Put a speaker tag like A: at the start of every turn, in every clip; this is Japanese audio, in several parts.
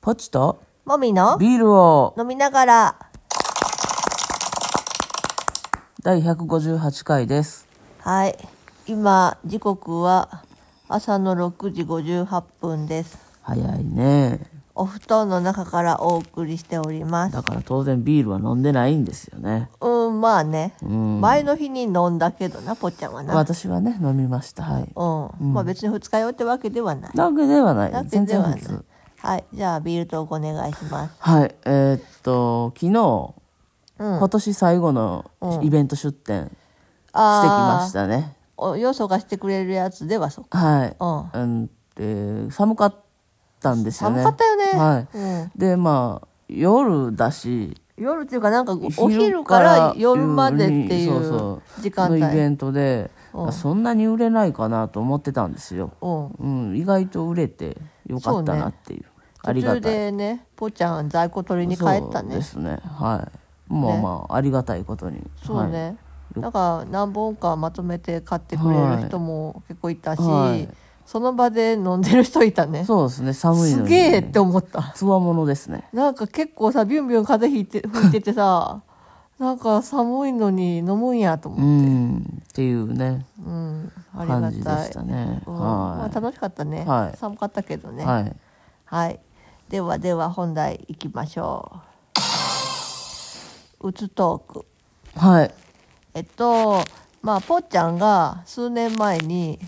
A: ポチと
B: もみの
A: ビールを
B: 飲みながら。
A: 第158回です。
B: はい。今、時刻は朝の6時58分です。
A: 早いね。
B: お布団の中からお送りしております。
A: だから当然ビールは飲んでないんですよね。
B: うん、まあね。
A: うん。
B: 前の日に飲んだけどな、ぽっちゃんはな。
A: 私はね、飲みました。はい。
B: うん。まあ別に二日酔いってわけではない。
A: なわけではな
B: わ
A: い。
B: け
A: 全
B: で
A: 然
B: はな
A: 普
B: い
A: 通。。
B: はい。じゃあ、ビールトークお願いします。
A: はい。えーっと、昨日、
B: うん。
A: 今年最後のイベント出店してきましたね。
B: およそがしてくれるやつではそうか。
A: はい。
B: うん。
A: うん、で寒かったんですよね。
B: 寒かったよね
A: は
B: うん、
A: い。で、まあ、夜だし、
B: 夜っていうかなんかお
A: 昼
B: 昼
A: か
B: からら夜までってい
A: そう
B: う
A: そ
B: 時間
A: のイ
B: 帯
A: ベントで、
B: うん
A: そんなに売れないかなと思ってたんですよ。
B: うん
A: うん、意外と売れてよかったなっていう。あ
B: 途
A: りが
B: 中
A: たい。
B: でねぽちゃん在庫取りに帰った
A: そうで
B: ね
A: すね。はい。まあまあ、ありがたいことに。
B: そうね、なんか何本かまとめて買ってくれる人も結構いたし、
A: はい
B: その場で飲んでる人いた
A: は
B: ね
A: い。そうですね。寒いの
B: す
A: に、
B: げえって思った
A: つわものですね。
B: なんか結構さビュンビュン風邪ひいて吹いててさなんか寒いのに飲むんやと
A: う
B: 思
A: ん。っていうね、
B: う、うん、あり
A: 感
B: が
A: じで
B: たい、
A: したね。
B: うんま
A: は
B: あ、楽しかったね、
A: はい
B: 寒かったけど
A: い。
B: ね、
A: はい。
B: はい。ではでは本題いきましょう。うつトーク。
A: はい。
B: えっと、まあ、ぽっちゃんが数年前に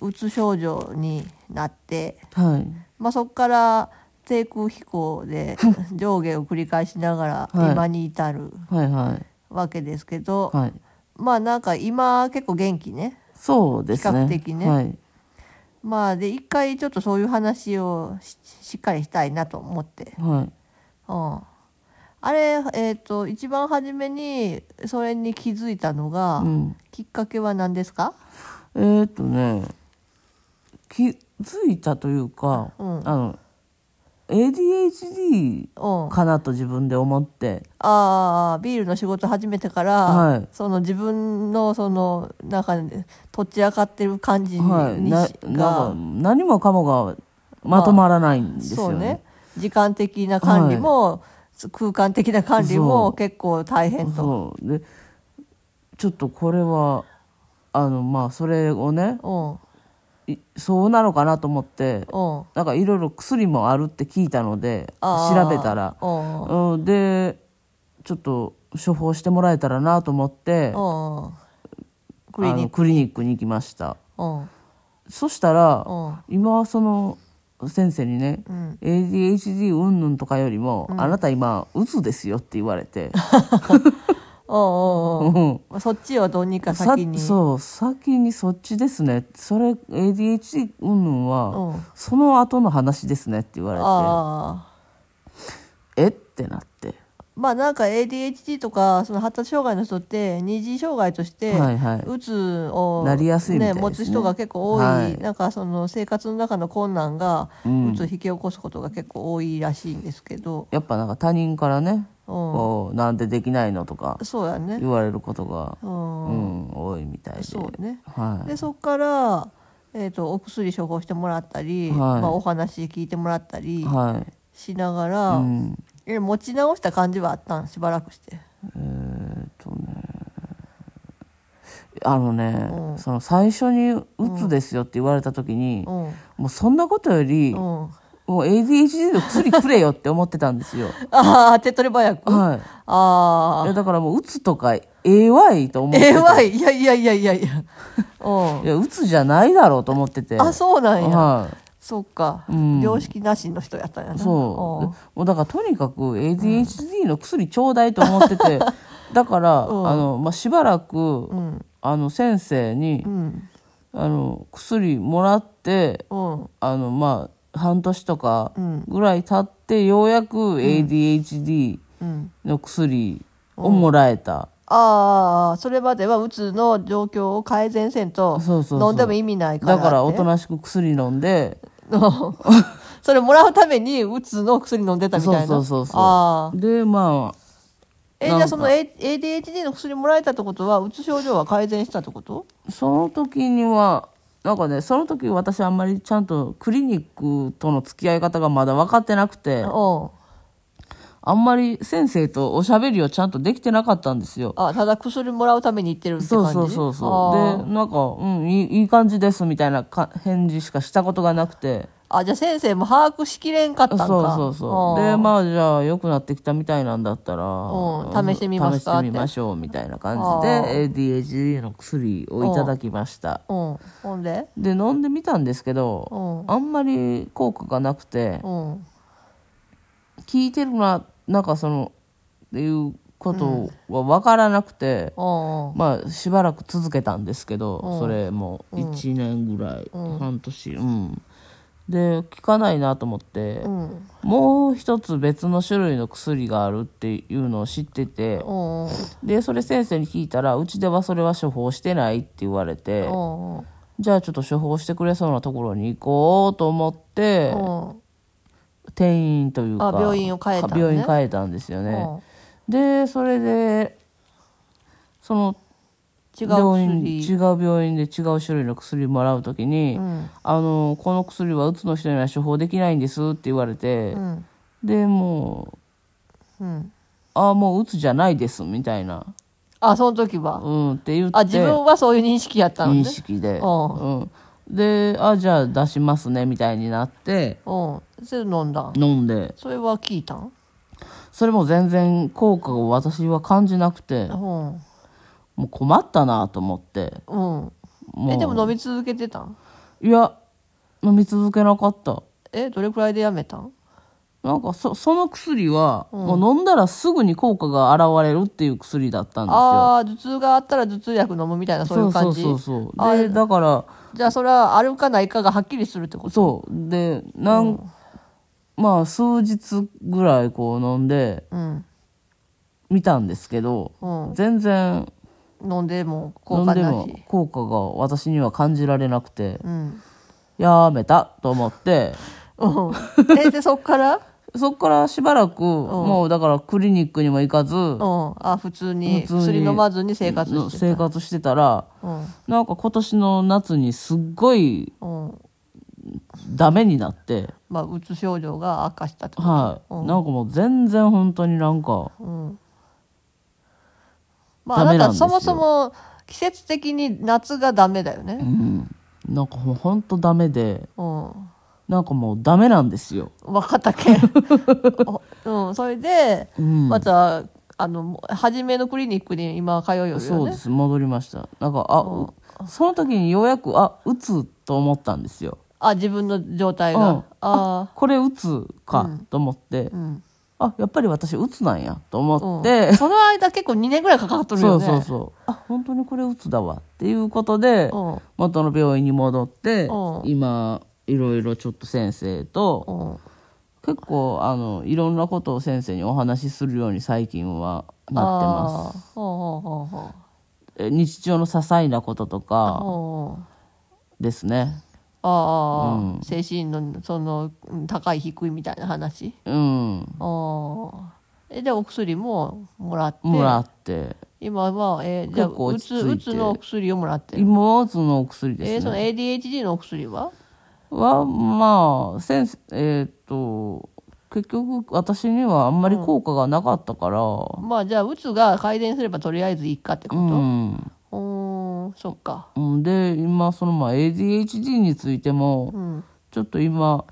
A: うん。
B: うつ症状になって、
A: はい。
B: まあ、そこから低空飛行 で上下を繰り返しながら
A: はい
B: 今に至る
A: はいは
B: わけですけど、
A: い。はい。
B: まあなんか今結構元気ね。
A: そうですね。
B: 比較的ね
A: はい。
B: まあで一回ちょっとそういう話をししっかりしたいなと思って
A: はい。
B: うん、あれ、えっと一番初めにそれに気づいたのが、
A: うん。
B: きっかけは何ですか、
A: えーっとね、気づいたというか、
B: うん
A: あの、ADHD
B: うん、あ
A: かなと自分で思って、
B: あビールの仕事始めてから、
A: はい
B: その自分のそのなんかねとっちらかってる感じに、
A: はい。な
B: し
A: な
B: が
A: んか、何もかもがまとまらないんです
B: そ
A: よ
B: うね
A: ね。
B: 時間的な管理も、空間的な管理
A: そう
B: も結構大変と。
A: そうで、ちょっとこれは、あの、まあ、それをね、
B: うん
A: いそうなのかなと思って、
B: うん
A: なんかいろいろ薬もあるって聞いたので、
B: あー
A: 調べたら、
B: うん
A: うん、でちょっと処方してもらえたらなと思ってあ
B: うんクリニ
A: のクリニックに行きました
B: うん
A: そしたら
B: うん
A: 今その先生にね、
B: うん
A: ADHD うんぬんとかよりも、あなた今うつですよって言われ て
B: うんうんうん
A: うん
B: まあそっちをどうにか
A: さ
B: 先に
A: そう先にそっちですねそれ ADHD うんぬんは、
B: うん
A: その後の話ですねって言わ
B: ああ
A: れてえってなって
B: まあなんか ADHD とかその発達障害の人って二次障害として
A: はいはいう
B: つを、
A: なりやすいみたいですね
B: 持つ人が結構多い、
A: はい
B: なんかその生活の中の困難が
A: うん
B: うつを引き起こすことが結構多いらしいんですけど、
A: やっぱなんか他人からね、
B: う
A: こうなんでできないのとか
B: ん、そうやね
A: 言、われることが、
B: うん
A: うん、多いみたいで。
B: そうね
A: はい。
B: でそこから、えー、とお薬処方してもらったり、
A: はい
B: まあ、お話聞いてもらったり
A: は
B: しなが
A: い。
B: ら、
A: うん。
B: え持ち直した感じはあったんしばらくして。
A: えーっとね。あのね、
B: うん
A: その最初にうつですよって言われた時に、
B: うん
A: もうそんなことより、も
B: うん
A: う ADHD の薬くれよって思ってたんですよ。
B: ああ、手っ取り早く。 あ
A: はい。いや
B: あ。
A: だからもううつとか AY と思って
B: え
A: て。
B: えわい。いやいやいやいやいや。う
A: いやうつじゃないだろうと思ってて。
B: ん。あ、そうなんや。
A: は
B: そうか
A: うん。
B: 常識なしの人やったんや
A: い。
B: な。
A: そう。でもうだからとにかく ADHD の薬ちょうだいと思って て、だから、
B: うん
A: あの、まあ、しばらく
B: う、ん。
A: あの先生に、
B: うん。
A: あの薬もらって
B: うん。
A: あのまあ半年とか
B: うん
A: ぐらい経ってようやく ADHD
B: うん。
A: の薬をもらえた、
B: ああ、それまではうつの状況を改善せんと、
A: そうそうそう
B: 飲んでも意味ないから
A: だ
B: って。
A: からおとなしく薬飲んで
B: うん。 それもらうためにうつの薬飲んでたみたいな。
A: そうそうそうそう
B: ああ。
A: でまあ
B: え、じゃあその A- ADHD の薬もらえたってことは、うつ症状は改善したってこと
A: その時にはなんかねその時私あんまりちゃんとクリニックとの付き合い方がまだ分かってなくて
B: うん。
A: あんまり先生とおしゃべりをちゃんとできてなかったんですよ。
B: あ、ただ薬もらうために行ってるって
A: そ
B: 感
A: う
B: じ
A: そうそうそ
B: あ
A: う
B: ー
A: でなんか「うんいいいい感じです」みたいなか返事しかしたことがなくて
B: あ、じゃあ先生も把握しきれんかったん
A: そ
B: か。
A: うそうそうでまあじゃあ良くなってきたみたいなんだったら、
B: ん試してみますか
A: 試してみましょうみたいな感
B: あ
A: じで ADHD の薬をいただきました
B: あ。うん。ほんで
A: で飲んでみたんですけ
B: う
A: ど
B: ん。
A: あんまり効果がなくて
B: うん。
A: 効いてるななんかそのっていうことは分からなくて、
B: うん。
A: まあしばらく続けたんですけど、
B: うん
A: それも1年ぐらい、
B: うん
A: 半年うんで効かないなと思って、
B: うん。
A: もう一つ別の種類の薬があるっていうのを知ってて
B: うん。
A: でそれ先生に聞いたらうちではそれは処方してないって言われて
B: うん。うん。
A: じゃあちょっと処方してくれそうなところに行こうと思って転院というか
B: あ病院を変えたのね
A: 病院変えたんですよ
B: う
A: ね
B: ん
A: でそれでその
B: 違う
A: 病院違
B: 薬。
A: う病院で違う種類の薬もらうときに、
B: うん。
A: あの「この薬はうつの人には処方できないんです」って言われて、
B: うん。
A: でもう
B: うん。
A: 「ああもううつじゃないです」みたいな
B: あ、その
A: 「
B: 時は。
A: うん」って言って
B: あ、自分はそういう認識やったのね。
A: 認識で、
B: うん
A: うんで「あじゃあ出しますね」みたいになって
B: うん。それ飲んだん。
A: 飲んで
B: それは聞いたん
A: それも全然効果を私は感じなくて
B: うん。
A: もう困ったなと思って
B: うん。
A: もう
B: え、でも飲み続けてたん
A: いや飲み続けなかった
B: え、どれくらいでやめたん
A: なんかそその薬は、もう飲んだらすぐに効果が現れるっていう薬だったんですよ。
B: ああー、頭痛があったら頭痛薬飲むみたいな、そういう感じ。
A: そうそうそう
B: あ
A: でだから
B: じゃあ、それはあるかないかがはっきりするってこと
A: そうでなん、まあ数日ぐらいこう飲んで
B: うん。
A: 見たんですけど、
B: うん。
A: 全然
B: 飲んでも
A: 飲
B: 効
A: ん
B: 果
A: で
B: な
A: も
B: し。
A: 効果が私には感じられなくて、
B: うん。
A: やめたと思って
B: うん。 え、で、そっからうん。
A: そっからしばらく、もうだからクリニックにも行かず、
B: あ、普通に
A: 普通に
B: 薬飲まずに生活して
A: 生活してたら
B: た。うん。
A: なんか今年の夏にすっごい
B: うん。
A: ダメになって、
B: まあ、うつ症状が悪化したってこと。
A: はい、なんかもう全然本当になんか、
B: うんまあ、あ
A: ダメ
B: な
A: なん
B: た
A: ですよ
B: そもそも季節的に夏がダメだよ
A: う
B: ね。
A: ん、なんかもう本当ダメで、
B: うん。
A: なんかもうダメなんですよ。
B: 分かっ たけん。おうん。それで、
A: うん、
B: また、あの、もう初めのクリニックに今通うよるよね。
A: そうです、戻りました。なんかあ、うその時にようやくあ打つと思ったんですよ。
B: あ、自分の状態が。
A: うん
B: あ
A: これ打つかと思って、
B: あ。うん。
A: あやっぱり私打つなんやと思っ
B: う
A: て
B: ん、、その間結構2年ぐらいかかっとる
A: そ
B: よ
A: う
B: ね。
A: そうそうあ本当にこれ打つだわっていうことで、
B: うん
A: 元の病院に戻って、
B: うん
A: 今いろいろちょっと先生と
B: うん。
A: 結構あのいろんなことを先生にお話しするように最近はなってます
B: あーほうほうほうほう
A: え日常の些細なこととか
B: ほう
A: ですね
B: ああ、
A: うん
B: 精神のそのうん高い低いみたいな話。
A: うん
B: ああ。えでお薬ももらって
A: もらって
B: 今は、えーじゃあ
A: 結構
B: う
A: 落ち
B: つ
A: 着いて
B: うつのお薬をもらってる
A: 今はそのお薬
B: え
A: で
B: ー
A: す
B: その
A: ね、
B: ADHD のお薬は
A: はまあ先生えっ、と結局私にはあんまり効果がなかったから、
B: まあじゃあうつが改善すればとりあえずいいかってこ
A: うん
B: とうんんそっか
A: うん、で今そのまあ ADHD についても
B: うん
A: ちょっと今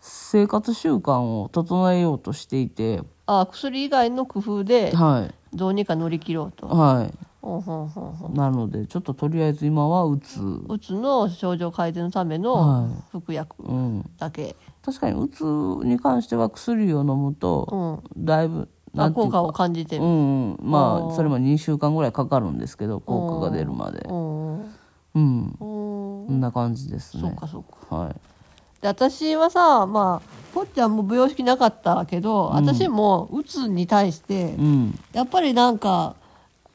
A: 生活習慣を整えようとしていて
B: あ薬以外の工夫で
A: はい
B: どうにか乗り切ろうと
A: は
B: ほんほんほんほん
A: いなのでちょっととりあえず今はうつ
B: うつの症状改善のため
A: は
B: の服薬
A: うん
B: だけ、
A: 確かにうつに関しては薬を飲む
B: う
A: と
B: ん
A: だいぶ
B: あ
A: てい
B: 効
A: う
B: 果
A: か
B: を感じて
A: う
B: る、
A: んうんま
B: あー
A: あそれも2週間ぐらいかかるんですけど効果が出るまで
B: うんうん
A: うん
B: うん
A: こんな感じです
B: そっ
A: ね
B: かそっか
A: はい
B: で私はさまあぽっちゃんも舞踊式なかったけど、私もうつに対して
A: うん
B: やっぱりなんか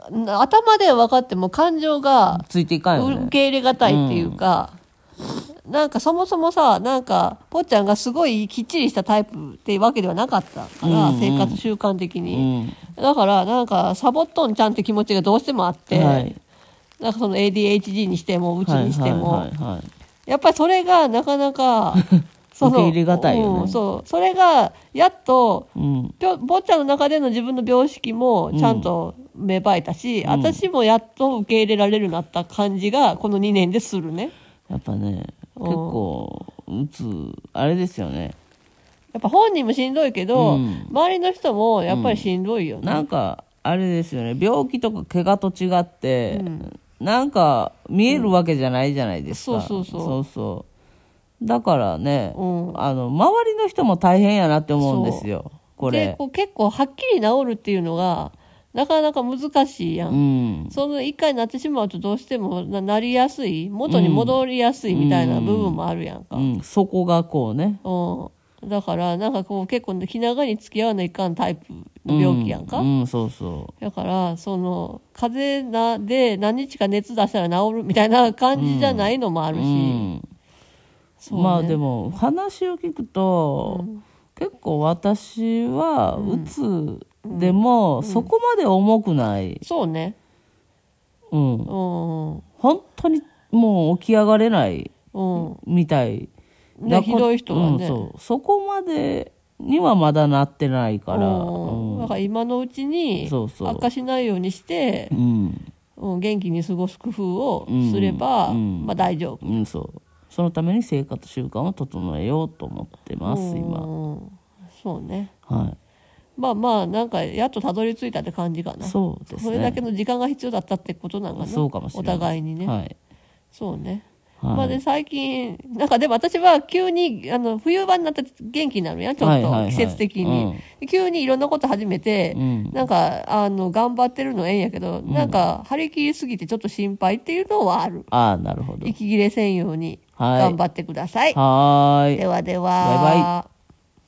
B: ん頭で分かっても感情が
A: ついていかんよ
B: 受
A: ね
B: け入れがたいっていうか、なんかそもそもさなんかぽっちゃんがすごいきっちりしたタイプっていうわけではなかったから、
A: うんうん
B: 生活習慣
A: う
B: 的に、
A: ん
B: だからなんかサボっとんちゃんって気持ちがどうしてもあって、
A: はい
B: なんかその ADHD にしてもうちにしても。
A: はいはいはいはい
B: やっぱりそれがなかな か
A: 受け入れ難いよね
B: うん、そうそれがやっと
A: うん。
B: ぴょ坊ちゃんの中での自分の病識もちゃんと芽生えたし、私もやっと受け入れられるようになった感じがこの2年でするね
A: やっぱね、結
B: うん
A: 構、うつ、あれですよね。
B: やっぱ本人もしんどいけど、
A: うん
B: 周りの人もやっぱりしんどいよね、
A: なんか、あれですよね。病気とか怪我と違って、
B: うん
A: なんか、見えるわけじゃないじゃないですか。
B: うんそうそうそう
A: そうそうだからね、
B: うん
A: あの、周りの人も大変やなって思うんですよ。こ
B: で
A: れ。
B: こう結構はっきり治るっていうのがなかなか難しいやん、
A: うん。
B: その一回なってしまうとどうしてもななりやすい元に戻りやすいみたいな部分もあるやんか、
A: うん。そこがこうね。
B: うん、だからなんかこう結構気長に付き合わないかんタイプの病気やんか、
A: うん、うんそうそ
B: だからその風邪なで何日か熱出したら治るみたいな感じじゃないのもあ
A: う。
B: る
A: う
B: し、
A: ん。
B: そうね
A: まあでも話を聞くと、結構私はうつでもそこまで重くない、
B: そうね
A: うん
B: うんうん
A: 本当にもう起き上がれない
B: うん
A: みたい
B: ね
A: なこ
B: ひどい人はね、
A: うんそうそこまでにはまだなってないから、
B: うん
A: うん
B: だから今のうちに
A: そうそう
B: 悪化しないようにして、
A: うん
B: うん、元気に過ごす工夫をすれば、
A: うん
B: まあ大丈夫
A: うんそうそのために生活習慣を整えようと思ってます今
B: うんそうね
A: は
B: まあまあなんかやっとたどり着いたって感じか
A: い
B: な
A: そうですね
B: それだけの時間が必要だったってことなのかな
A: そうかもしれない
B: お互いにね、
A: はい、
B: そうね、
A: はい
B: まあで最近なんかでも私は急にあの冬場になって元気になるやんちょ
A: は
B: っ
A: いはいは
B: と
A: い
B: 季節的に、
A: うん
B: で急にいろんなこと始めて、
A: うん
B: なんかあの頑張ってるのええんやけど、なんか張り切りすぎてちょっと心配っていうのはある
A: ああなるほど
B: 息切れせんように
A: はい
B: 頑張ってください、
A: はーい
B: ではでは
A: バイバ
B: イ